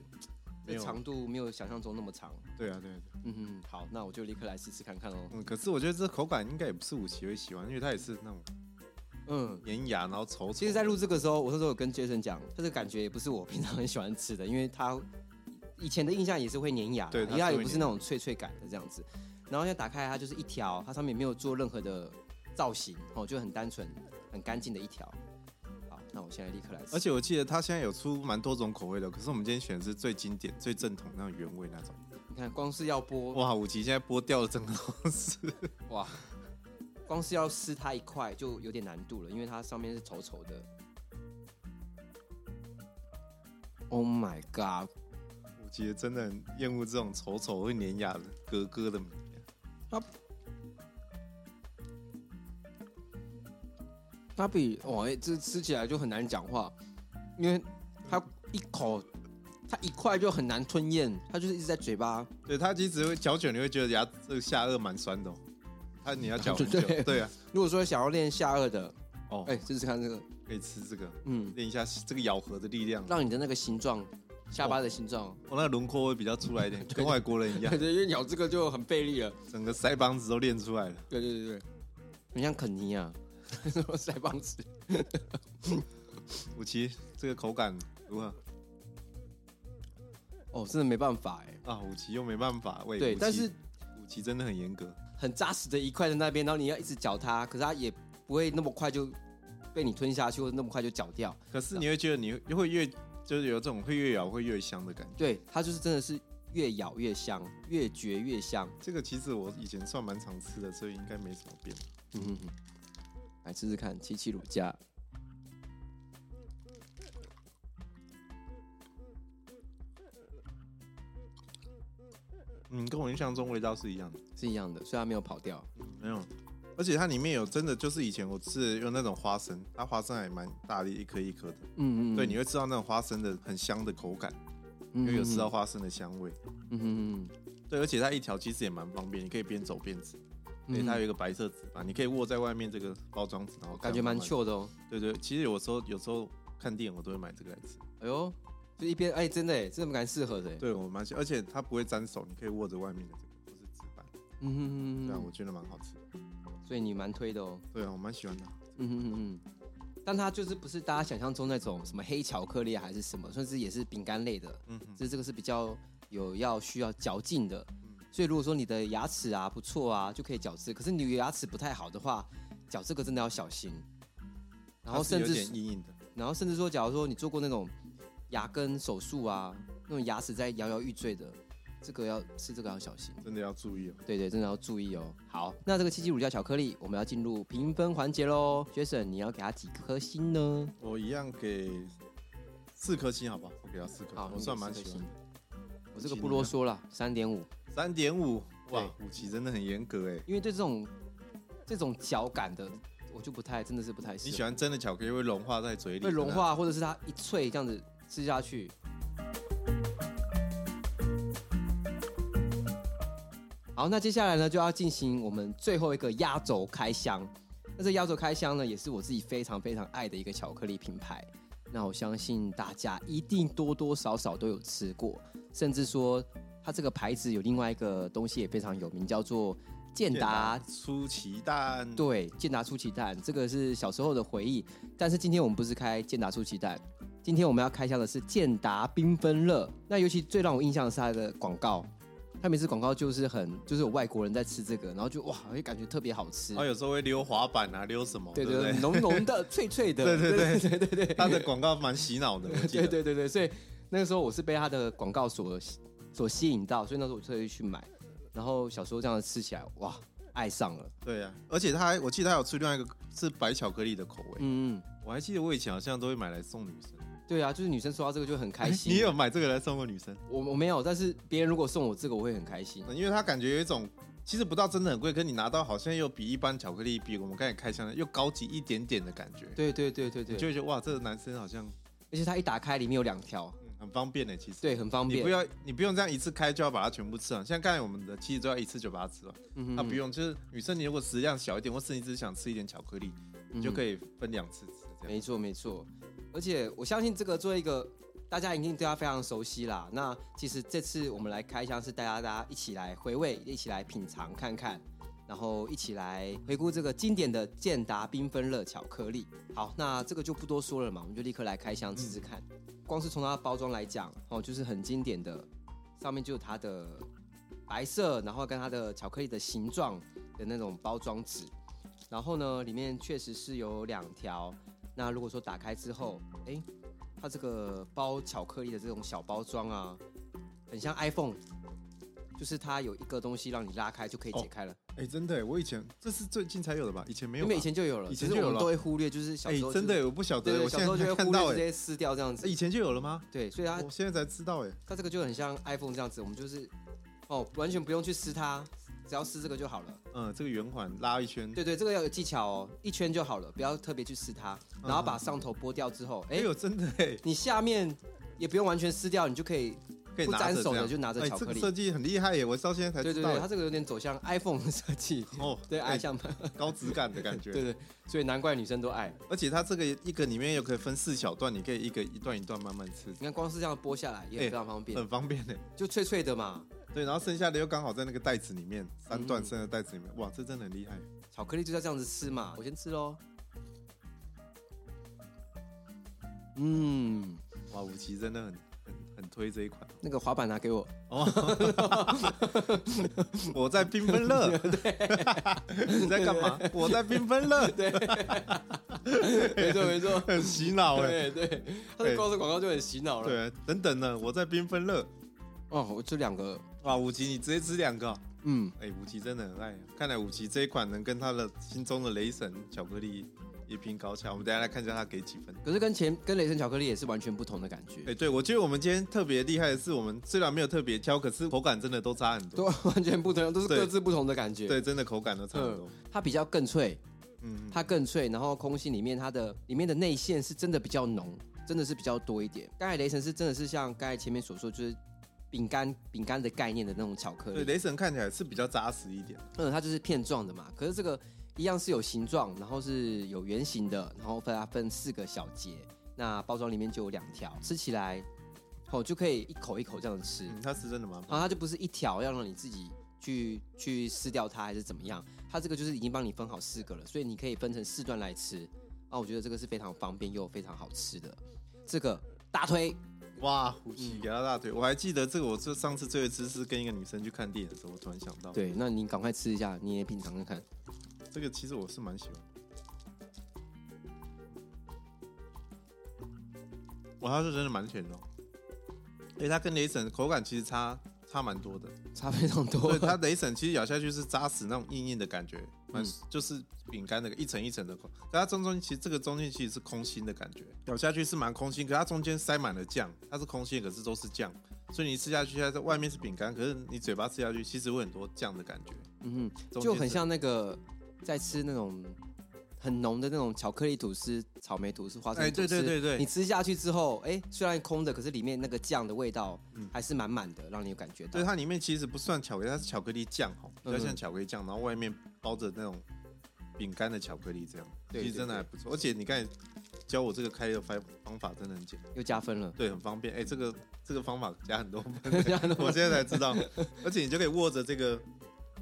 Speaker 1: 这
Speaker 2: 没有
Speaker 1: 长度没有想象中那么长。
Speaker 2: 对啊，对啊，对啊
Speaker 1: 嗯哼，好，那我就立刻来试试看看哦。
Speaker 2: 嗯，可是我觉得这口感应该也不是武奇会喜欢，因为它也是那种
Speaker 1: 嗯，
Speaker 2: 粘牙，然后稠稠。
Speaker 1: 其实，在录这个时候，我那时候有跟 Jason 讲，他这个感觉也不是我平常很喜欢吃的，因为他以前的印象也是会粘牙，
Speaker 2: 对
Speaker 1: 因为它也不是那种脆脆感的这样子。然后现在打开它就是一条，它上面没有做任何的造型，哦，就很单纯、很干净的一条。好，那我现在立刻来吃。
Speaker 2: 而且我记得它现在有出蛮多种口味的，可是我们今天选的是最经典、最正统那种原味那种。
Speaker 1: 你看，光是要剥，
Speaker 2: 哇，武奇现在剥掉了整个都是。
Speaker 1: 哇，光是要撕它一块就有点难度了，因为它上面是稠稠的。Oh my god！
Speaker 2: 武奇真的很厌恶这种稠稠会粘牙的、咯咯的米啊。
Speaker 1: 它比哇、欸，这吃起来就很难讲话，因为它一口，它一块就很难吞咽，它就是一直在嘴巴。
Speaker 2: 对，它其实会嚼久，你会觉得牙这个下颚蛮酸的、哦，它你要嚼很久。
Speaker 1: 对
Speaker 2: 对啊，
Speaker 1: 如果说想要练下颚的，
Speaker 2: 哦，
Speaker 1: 哎、试试看这个，
Speaker 2: 可以吃这个，
Speaker 1: 嗯，
Speaker 2: 练一下这个咬合的力量。
Speaker 1: 让你的那个形状，下巴的形状，
Speaker 2: 我、那个轮廓会比较出来一点，跟外国人一样
Speaker 1: 对，对，因为咬这个就很费力了。
Speaker 2: 整个腮帮子都练出来了。
Speaker 1: 对对对对，很像肯尼 啊，什么腮帮子。
Speaker 2: 武奇，这个口感如何
Speaker 1: 哦，真的没办法哎、
Speaker 2: 啊？武奇又没办法喂。
Speaker 1: 对，
Speaker 2: 武奇
Speaker 1: 但是
Speaker 2: 武奇真的很严格。
Speaker 1: 很扎实的一块在那边，然后你要一直嚼它，可是它也不会那么快就被你吞下去，或者那么快就嚼掉。
Speaker 2: 可是你会觉得你会越就是有这种会越咬会越香的感觉。
Speaker 1: 对，它就是真的是越咬越香，越嚼越香。
Speaker 2: 这个其实我以前算蛮常吃的，所以应该没什么变。
Speaker 1: 嗯哼哼，来试试看七七乳加。
Speaker 2: 嗯，跟我印象中味道是一样的。
Speaker 1: 嗯是一样的，虽然没有跑掉。
Speaker 2: 没有，而且它里面有真的就是以前我吃的用那种花生，它花生还蛮大的，一颗一颗的，
Speaker 1: 嗯
Speaker 2: 对，你会吃到那种花生的很香的口感，因为有吃到，花生的香味。
Speaker 1: 嗯嗯
Speaker 2: 对，而且它一条其实也蛮方便，你可以边走边吃。
Speaker 1: 嗯
Speaker 2: 对，它有一个白色纸嘛，你可以握在外面这个包装纸，然后
Speaker 1: 感觉蛮
Speaker 2: 旧。
Speaker 1: 秀的哦。
Speaker 2: 对对，其实有时候有时候看电影我都会买这个来吃。
Speaker 1: 哎呦，就一边哎，真的哎，真的蛮适合的哎。
Speaker 2: 对，我蛮喜，而且它不会沾手，你可以握着外面的这个，不是纸板，
Speaker 1: 嗯
Speaker 2: 对啊，
Speaker 1: 嗯
Speaker 2: 我觉得蛮好吃的。
Speaker 1: 所以你蛮推的哦。
Speaker 2: 对啊，我蛮喜欢的。
Speaker 1: 嗯嗯嗯嗯。但它就是不是大家想象中那种什么黑巧克力啊还是什么，甚至也是饼干类的，
Speaker 2: 嗯哼，
Speaker 1: 这这个是比较有要需要嚼劲的
Speaker 2: 嗯。
Speaker 1: 所以如果说你的牙齿啊不错啊，就可以嚼这。可是你牙齿不太好的话，嚼这个真的要小心。然后
Speaker 2: 它是
Speaker 1: 甚
Speaker 2: 有
Speaker 1: 至
Speaker 2: 点硬硬的，
Speaker 1: 然后甚至说，假如说你做过那种牙根手术啊，那种牙齿在摇摇欲坠的，这个要吃这个要小心。
Speaker 2: 真的要注意哦。
Speaker 1: 对对，真的要注意哦。好，那这个七七乳胶巧克力，我们要进入评分环节喽。学生，你要给它几颗星呢？
Speaker 2: 我一样给四颗星，好不好？我给它四颗
Speaker 1: 好
Speaker 2: 星，我算蛮喜
Speaker 1: 你给四颗
Speaker 2: 欢
Speaker 1: 星
Speaker 2: 的。
Speaker 1: 我这个不啰嗦了，三点五，
Speaker 2: 三点五，哇，五期真的很严格哎。
Speaker 1: 因为对这种这种嚼感的，我就不太，真的是不太
Speaker 2: 你
Speaker 1: 喜
Speaker 2: 喜
Speaker 1: 欢，
Speaker 2: 欢真的巧克力会融化在嘴里？
Speaker 1: 会融
Speaker 2: 真的。
Speaker 1: 化，或者是它一脆这样子吃下去。好，那接下来呢，就要进行我们最后一个压轴开箱。那这压轴开箱呢，也是我自己非常非常爱的一个巧克力品牌。那我相信大家一定多多少少都有吃过，甚至说它这个牌子有另外一个东西也非常有名，叫做健达
Speaker 2: 出奇蛋，
Speaker 1: 啊对，健达出奇蛋，这个是小时候的回忆。但是今天我们不是开健达出奇蛋，今天我们要开箱的是健达缤纷乐。那尤其最让我印象的是它的广告，它每次广告就是很，就是有外国人在吃这个，然后就哇，就感觉特别好吃。
Speaker 2: 然后有时候会溜滑板啊，溜什么？
Speaker 1: 对
Speaker 2: 哎对
Speaker 1: 对
Speaker 2: 不
Speaker 1: 对，浓
Speaker 2: 对？
Speaker 1: 浓的、脆脆的，
Speaker 2: 对对对
Speaker 1: 对对对对
Speaker 2: 它的广告蛮洗脑的，我记
Speaker 1: 对
Speaker 2: 得。
Speaker 1: 对对对，所以那个时候我是被它的广告所所吸引到，所以那时候我特意去买。然后小时候这样吃起来，哇，爱上了。
Speaker 2: 对啊，而且它还，我记得它有出另外一个是白巧克力的口味，
Speaker 1: 嗯
Speaker 2: 我还记得我以前好像都会买来送女生。哎
Speaker 1: 嗯，对啊，就是女生收到这个就很开心。
Speaker 2: 你有买这个来送过女生？
Speaker 1: 我我没有，但是别人如果送我这个，我会很开心。
Speaker 2: 因为它感觉有一种，其实不到真的很贵，可你拿到好像又比一般巧克力，比我们刚才开箱的又高级一点点的感觉。
Speaker 1: 对对对对
Speaker 2: 你
Speaker 1: 对，
Speaker 2: 就会觉得哇，这个男生好像、
Speaker 1: 而且它一打开里面有两条，
Speaker 2: 嗯很方便呢，其实。
Speaker 1: 对，很方
Speaker 2: 你
Speaker 1: 便。
Speaker 2: 不要，你不用这样一次开就要把它全部吃完。像刚才我们的其实都要一次就把它吃完，
Speaker 1: 嗯哼
Speaker 2: 那、不用，就是女生你如果食量小一点，或是你只是想吃一点巧克力，
Speaker 1: 嗯
Speaker 2: 你就可以分两次吃这样。
Speaker 1: 没错没错，而且我相信这个作为一个大家已经对它非常熟悉啦。那其实这次我们来开箱是带大家一起来回味，一起来品尝看看，然后一起来回顾这个经典的健达缤纷乐巧克力。好，那这个就不多说了嘛，我们就立刻来开箱吃吃看。光是从它的包装来讲，哦，就是很经典的，上面就有它的白色，然后跟它的巧克力的形状的那种包装纸。然后呢，里面确实是有两条那如果说打开之后，哎，它这个包巧克力的这种小包装啊，很像 iPhone，就是它有一个东西让你拉开就可以解开了，
Speaker 2: 哎、真的，我以前这是最近才有的吧？以前没有
Speaker 1: 因
Speaker 2: 吧。
Speaker 1: 为以前就有了，
Speaker 2: 以前
Speaker 1: 只
Speaker 2: 就有
Speaker 1: 是我们
Speaker 2: 了
Speaker 1: 都会忽略，就是小
Speaker 2: 哎、
Speaker 1: 时候、
Speaker 2: 真的，我不晓
Speaker 1: 对
Speaker 2: 得，
Speaker 1: 对，
Speaker 2: 我
Speaker 1: 小
Speaker 2: 现在
Speaker 1: 时候就
Speaker 2: 才
Speaker 1: 会
Speaker 2: 看
Speaker 1: 忽
Speaker 2: 到
Speaker 1: 略直
Speaker 2: 哎、
Speaker 1: 接撕掉这样子
Speaker 2: 哎，以前就有了吗？
Speaker 1: 对，所以它
Speaker 2: 我现在才知道哎、
Speaker 1: 它这个就很像 iPhone 这样子，我们就是哦完全不用去撕它，只要撕这个就好了。
Speaker 2: 嗯，这个圆环拉一圈，
Speaker 1: 对对，这个要有技巧哦，一圈就好了，不要特别去撕它，然
Speaker 2: 嗯
Speaker 1: 后把上头剥掉之后，
Speaker 2: 哎
Speaker 1: 哎，
Speaker 2: 呦，真的哎、
Speaker 1: 你下面也不用完全撕掉，你就可以
Speaker 2: 可以
Speaker 1: 不
Speaker 2: 拿
Speaker 1: 沾
Speaker 2: 着
Speaker 1: 手
Speaker 2: 这
Speaker 1: 的
Speaker 2: 样。
Speaker 1: 就拿着
Speaker 2: 哎
Speaker 1: 巧
Speaker 2: 这
Speaker 1: 克
Speaker 2: 个
Speaker 1: 力。
Speaker 2: 设计很厉害耶！我到现在才
Speaker 1: 对
Speaker 2: 知
Speaker 1: 对
Speaker 2: 道
Speaker 1: 对，
Speaker 2: 耶
Speaker 1: 它这个有点走向 iPhone 的设 计，
Speaker 2: 哦，
Speaker 1: 对，爱
Speaker 2: 哎
Speaker 1: 像版，
Speaker 2: 高质感的感觉。
Speaker 1: 对对，所以难怪女生都爱。
Speaker 2: 而且它这个一个里面又可以分四小段，你可以一个一段一段慢慢吃，
Speaker 1: 你看光是这样剥下来也
Speaker 2: 哎
Speaker 1: 非常方便，
Speaker 2: 很方便的。
Speaker 1: 就脆脆的嘛，
Speaker 2: 对，然后剩下的又刚好在那个袋子里面，三段
Speaker 1: 嗯
Speaker 2: 剩的袋子里面，哇，这真的很厉害。
Speaker 1: 巧克力就要这样子吃嘛。我先吃喽。嗯，
Speaker 2: 哇，五奇真的很很很推这一款。
Speaker 1: 那个滑板拿给 我，
Speaker 2: 我在缤纷乐， 你在干嘛？我在缤纷乐，
Speaker 1: 没错没错，
Speaker 2: 很洗脑哎。
Speaker 1: 对对，它的光是广告就很洗脑了。
Speaker 2: 对，等等呢，我在缤纷乐。
Speaker 1: 哦，我这两个，
Speaker 2: 哇，五奇你直接吃两个哦，
Speaker 1: 嗯，
Speaker 2: 哎哎，五奇真的很爱啊。看来五奇这一款能跟他的心中的雷神巧克力一拼高下。我们等一下来看一下他给几分。
Speaker 1: 可是跟前跟雷神巧克力也是完全不同的感觉
Speaker 2: 哎、，对，我觉得我们今天特别厉害的是，我们虽然没有特别挑，可是口感真的都差很
Speaker 1: 都
Speaker 2: 多。
Speaker 1: 完全不同，都是
Speaker 2: 对
Speaker 1: 各自不同的感觉。
Speaker 2: 对，，真的口感都差很多。
Speaker 1: 它比较更脆，
Speaker 2: 嗯，
Speaker 1: 它更脆，然后空心里面它的里面的内馅是真的比较浓，真的是比较多一点。刚才雷神是真的是像刚才前面所说，就是饼干饼干的概念的那种巧克
Speaker 2: 嗯对，
Speaker 1: 力，
Speaker 2: 雷神看起来是比较扎实一点。
Speaker 1: 嗯，它就是片状的嘛。可是这个一样是有形状，然后是有圆形的，然后分它分四个小节，那包装里面就有两条，吃起来哦就可以一口一口这样吃，
Speaker 2: 嗯，它是真的蛮棒。
Speaker 1: 然后它就不是一条要让你自己去去撕掉它还是怎么样，它这个就是已经帮你分好四个了，所以你可以分成四段来吃。啊，我觉得这个是非常方便又非常好吃的，这个大推
Speaker 2: 哇，虎皮给他大腿。我还记得这个，我这上次最后一次是跟一个女生去看电影的时候，我突然想到，
Speaker 1: 对，那你赶快吃一下，你也品尝看看。
Speaker 2: 这个其实我是蛮喜欢的。哇，它是真的蛮甜的、哦，哎、它跟雷神口感其实差差蛮多的。
Speaker 1: 差非常多
Speaker 2: 对，。它雷神其实咬下去是扎实那种硬硬的感觉，蛮、就是饼干的一层一层的口。可它中间其实这个中间其实是空心的感觉，咬下去是蛮空心，可它中间塞满了酱，它是空心，可是都是酱，所以你吃下去，它在外面是饼干，可是你嘴巴吃下去其实会很多酱的感觉，
Speaker 1: 嗯
Speaker 2: 中
Speaker 1: 哼，
Speaker 2: 间
Speaker 1: 就很
Speaker 2: 是
Speaker 1: 像那个在吃那种很浓的那种巧克力吐司、草莓吐司、花生
Speaker 2: 哎
Speaker 1: 吐司。
Speaker 2: 对对对对
Speaker 1: 你吃下去之后，哎，虽然空的，可是里面那个酱的味道
Speaker 2: 嗯
Speaker 1: 还是满满的，让你有感觉到
Speaker 2: 对，。它里面其实不算巧克力，它是巧克力酱哦，比较
Speaker 1: 嗯
Speaker 2: 像巧克力酱，然后外面包着那种饼干的巧克力这样，
Speaker 1: 对
Speaker 2: 其实
Speaker 1: 对
Speaker 2: 真的
Speaker 1: 对
Speaker 2: 还不错。而且你刚才教我这个开的方方法真的很简单，
Speaker 1: 又加分了。
Speaker 2: 对，很方便。哎、这个这个方法加很多分， 我现在才 知道，而且你就可以握着这个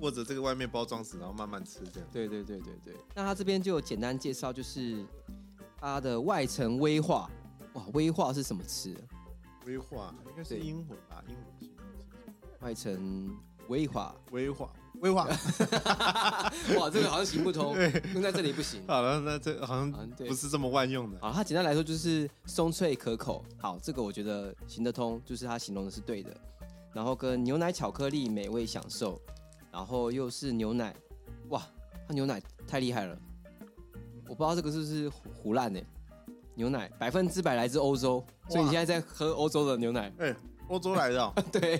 Speaker 2: 握着这个外面包装纸，然后慢慢吃这样。
Speaker 1: 对对对对对。那它这边就有简单介绍，就是它的外层微化。哇，微化是什么词？
Speaker 2: 威化应该是
Speaker 1: 对
Speaker 2: 英文吧，英文
Speaker 1: 外层微化。
Speaker 2: 威化威化。
Speaker 1: 哇，这个好像行不 通，用在这里不行。
Speaker 2: 好了，那这好像
Speaker 1: 嗯对
Speaker 2: 不是这么万用的。
Speaker 1: 好，它简单来说就是松脆可口。好，这个我觉得行得通，就是它形容的是对的。然后跟牛奶巧克力美味享受，然后又是牛奶，哇，它牛奶太厉害了，我不知道这个是不是胡胡烂呢、欸牛奶百分之百来自欧洲，所以你
Speaker 2: 哇
Speaker 1: 现在在喝欧洲的牛奶，
Speaker 2: 哎、欧洲来的、哦，
Speaker 1: 对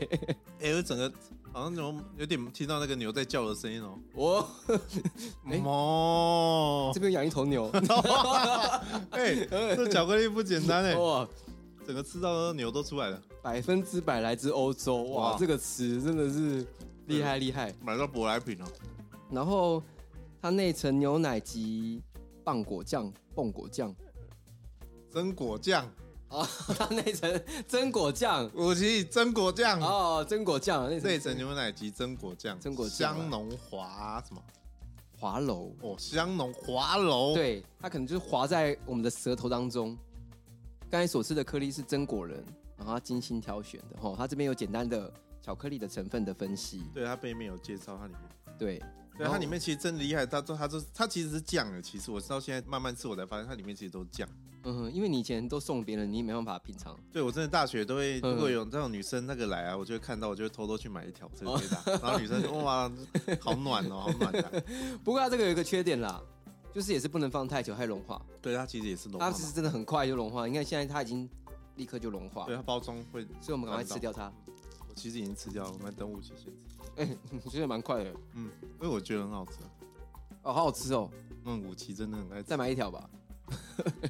Speaker 2: 哎、我整个好像有有点听到那个牛在叫的声音哦。
Speaker 1: 我哎
Speaker 2: 哦，
Speaker 1: 这边养一头 牛，
Speaker 2: 哎、这巧克力不简单哎，
Speaker 1: 哇，
Speaker 2: 整个吃到的牛都出来了，
Speaker 1: 百分之百来自欧洲，哇
Speaker 2: 哇，
Speaker 1: 这个词真的是厉害厉害。
Speaker 2: 买到舶来品哦。
Speaker 1: 然后它内层牛奶及棒果酱、棒果酱，
Speaker 2: 榛果酱，
Speaker 1: 它内层榛果酱
Speaker 2: 五级榛果酱，
Speaker 1: 哦，榛果酱内
Speaker 2: 内层牛奶及榛果酱，
Speaker 1: 榛果酱啊
Speaker 2: 香浓滑什么？
Speaker 1: 滑楼，
Speaker 2: 哦，香浓滑柔，，
Speaker 1: 对，它可能就是滑在我们的舌头当中。刚才所吃的颗粒是榛果仁，然后它精心挑选的哦，它这边有简单的巧克力的成分的分析，
Speaker 2: 对，它背面有介绍它里面。
Speaker 1: 对，
Speaker 2: 对，
Speaker 1: 然后
Speaker 2: 它里面其实真的厉害，它都它都它其实是酱的。其实我到现在慢慢吃，我才发现它里面其实都是酱。
Speaker 1: 嗯，因为你以前都送别人，你也没办法品尝，
Speaker 2: 对我真的大学都会，
Speaker 1: 嗯
Speaker 2: 如果有这种女生那个来啊，我就会看到，我就会偷偷去买一条这个给她。然后女生说哇，好暖哦，好暖啊！
Speaker 1: 不过它这个有一个缺点啦，就是也是不能放太久，还融化。
Speaker 2: 对，它其实也是融化
Speaker 1: 它
Speaker 2: 嘛
Speaker 1: 其实真的很快就融化，你看现在它已经立刻就融化，
Speaker 2: 对它包装会，
Speaker 1: 所以我们赶快吃掉它。
Speaker 2: 我其实已经吃掉了，我们等五期先吃。
Speaker 1: 我觉得蛮快的，
Speaker 2: 嗯，因为我觉得很好吃。
Speaker 1: 哦，好好吃哦，
Speaker 2: 嗯，五期真的很爱吃
Speaker 1: 再。买一条吧。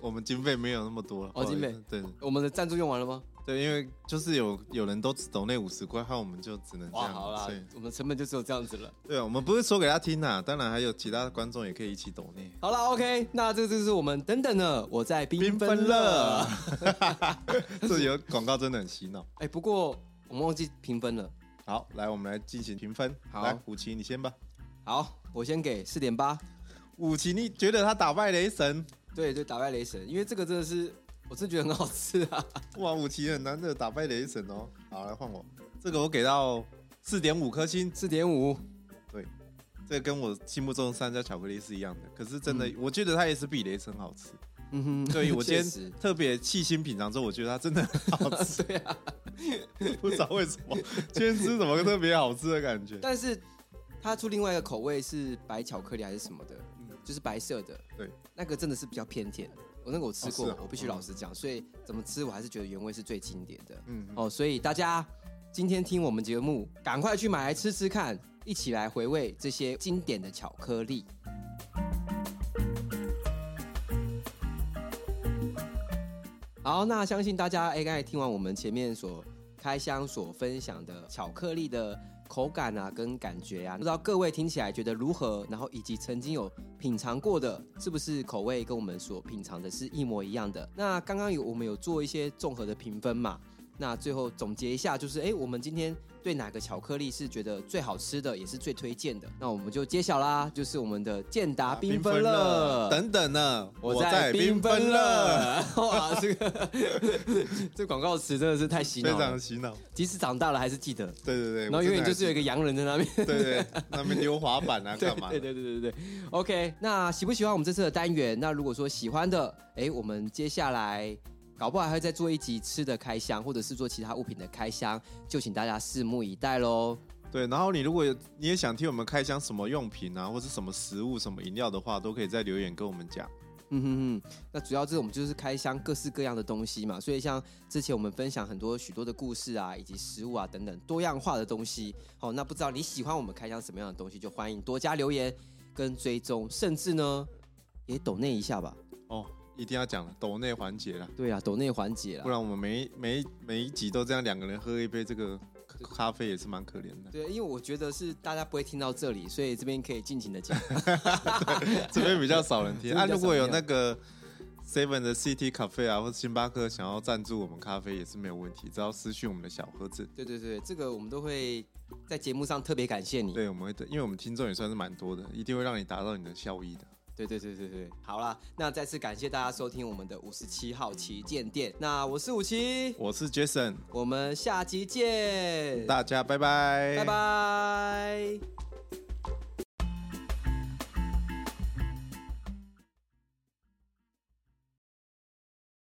Speaker 2: 我们经费没有那么多了。
Speaker 1: 哦经费
Speaker 2: 对
Speaker 1: 我们的赞助用完了吗？
Speaker 2: 对，因为就是有有人都只抖那五十块，那我们就只能这
Speaker 1: 哇，
Speaker 2: 样。
Speaker 1: 好啦
Speaker 2: 所以，
Speaker 1: 我们成本就只有这样子了。
Speaker 2: 对，啊我们不是说给他听呐、当然还有其他观众也可以一起抖内。
Speaker 1: 好啦 o k 那这就是我们等等呢，我在缤
Speaker 2: 缤
Speaker 1: 纷
Speaker 2: 纷
Speaker 1: 乐
Speaker 2: 乐。， 这有广告真的很洗脑。
Speaker 1: 哎、不过我们忘记评分了。
Speaker 2: 好，来我们来进行评分。
Speaker 1: 好
Speaker 2: 来虎奇你先吧。
Speaker 1: 好，我先给四点八。
Speaker 2: 武奇，你觉得他打败雷神？
Speaker 1: 对对，打败雷神，因为这个真的是，我真的觉得很好吃啊。
Speaker 2: 哇，武奇很难得打败雷神哦。好，来换我，这个我给到四点五颗星。
Speaker 1: 四点五，
Speaker 2: 这跟我心目中的三家巧克力是一样的，可是真的，我觉得它也是比雷神好 吃。
Speaker 1: 嗯哼，
Speaker 2: 对我今
Speaker 1: 嗯确
Speaker 2: 天
Speaker 1: 实，
Speaker 2: 特别细心品尝之后，我觉得它真的很好 吃，
Speaker 1: 对啊，
Speaker 2: 不知道为什么今天吃什么特别好吃的感觉。
Speaker 1: 但是它出另外一个口味是白巧克力还是什么的，
Speaker 2: 嗯
Speaker 1: 就是白色的，
Speaker 2: 对，
Speaker 1: 那个真的是比较偏甜的。我那个我吃过，
Speaker 2: 哦是啊
Speaker 1: 我必须老实讲，所以怎么吃我还是觉得原味是最经典的。
Speaker 2: 嗯，嗯
Speaker 1: 哦，所以大家今天听我们节目，赶快去买来吃吃看，一起来回味这些经典的巧克力。好，那相信大家哎，刚才听完我们前面所开箱所分享的巧克力的口感啊，跟感觉啊，不知道各位听起来觉得如何？然后以及曾经有品尝过的，是不是口味跟我们所品尝的是一模一样的？那刚刚有我们有做一些综合的评分嘛？那最后总结一下，就是哎，我们今天对哪个巧克力是觉得最好吃的，也是最推荐的？那我们就揭晓啦，就是我们的健
Speaker 2: 啊
Speaker 1: 达缤纷乐。
Speaker 2: 等等呢，
Speaker 1: 我在
Speaker 2: 在
Speaker 1: 缤纷
Speaker 2: 纷乐，
Speaker 1: 了， 哇，这个 这广告词真的是太洗
Speaker 2: 非
Speaker 1: 脑
Speaker 2: 常
Speaker 1: 了。
Speaker 2: 洗脑。
Speaker 1: 即使长大了还是记得，
Speaker 2: 对对对，
Speaker 1: 然后永远就是有一个洋人在那边。
Speaker 2: 对对，那边溜滑板啊，
Speaker 1: 对
Speaker 2: 干嘛？
Speaker 1: 对对对对对，OK。那喜不喜欢我们这次的单元？那如果说喜欢的，哎，我们接下来搞不好还会再做一集吃的开箱，或者是做其他物品的开箱，就请大家拭目以待喽。
Speaker 2: 对，然后你如果有你也想听我们开箱什么用品啊，或是什么食物、什么饮料的话，都可以在留言跟我们讲。
Speaker 1: 嗯哼哼，那主要就是我们就是开箱各式各样的东西嘛，所以像之前我们分享很多许多的故事啊，以及食物啊等等多样化的东西。好、那不知道你喜欢我们开箱什么样的东西，就欢迎多加留言跟追踪，甚至呢也抖内一下吧。
Speaker 2: 哦，一定要讲了，抖内环节啦，
Speaker 1: 对啊，抖内环节
Speaker 2: 不
Speaker 1: 啦。
Speaker 2: 然我们每一每一每一集都这样两个人喝一杯这个咖咖啡也是蛮可怜 的。
Speaker 1: 对，因为我觉得是大家不会听到这里，所以这边可以尽情的 讲。
Speaker 2: 这边比较少人
Speaker 1: 这
Speaker 2: 听
Speaker 1: 边
Speaker 2: 啊。
Speaker 1: 比较
Speaker 2: 如果有
Speaker 1: 少人
Speaker 2: 那个 Seven 的 City Cafe 啊，或者星巴克想要赞助我们咖啡也是没有问题，只要私讯我们的小盒子。
Speaker 1: 对对对，这个我们都会在节目上特别感谢你。
Speaker 2: 对，我们会的，因为我们听众也算是蛮多的，一定会让你达到你的效益的。
Speaker 1: 对对对对对，好啦，那再次感谢大家收听我们的五十七号旗舰店。那我是五七，
Speaker 2: 我是 Jason，
Speaker 1: 我们下集见，
Speaker 2: 大家拜拜，
Speaker 1: 拜。拜。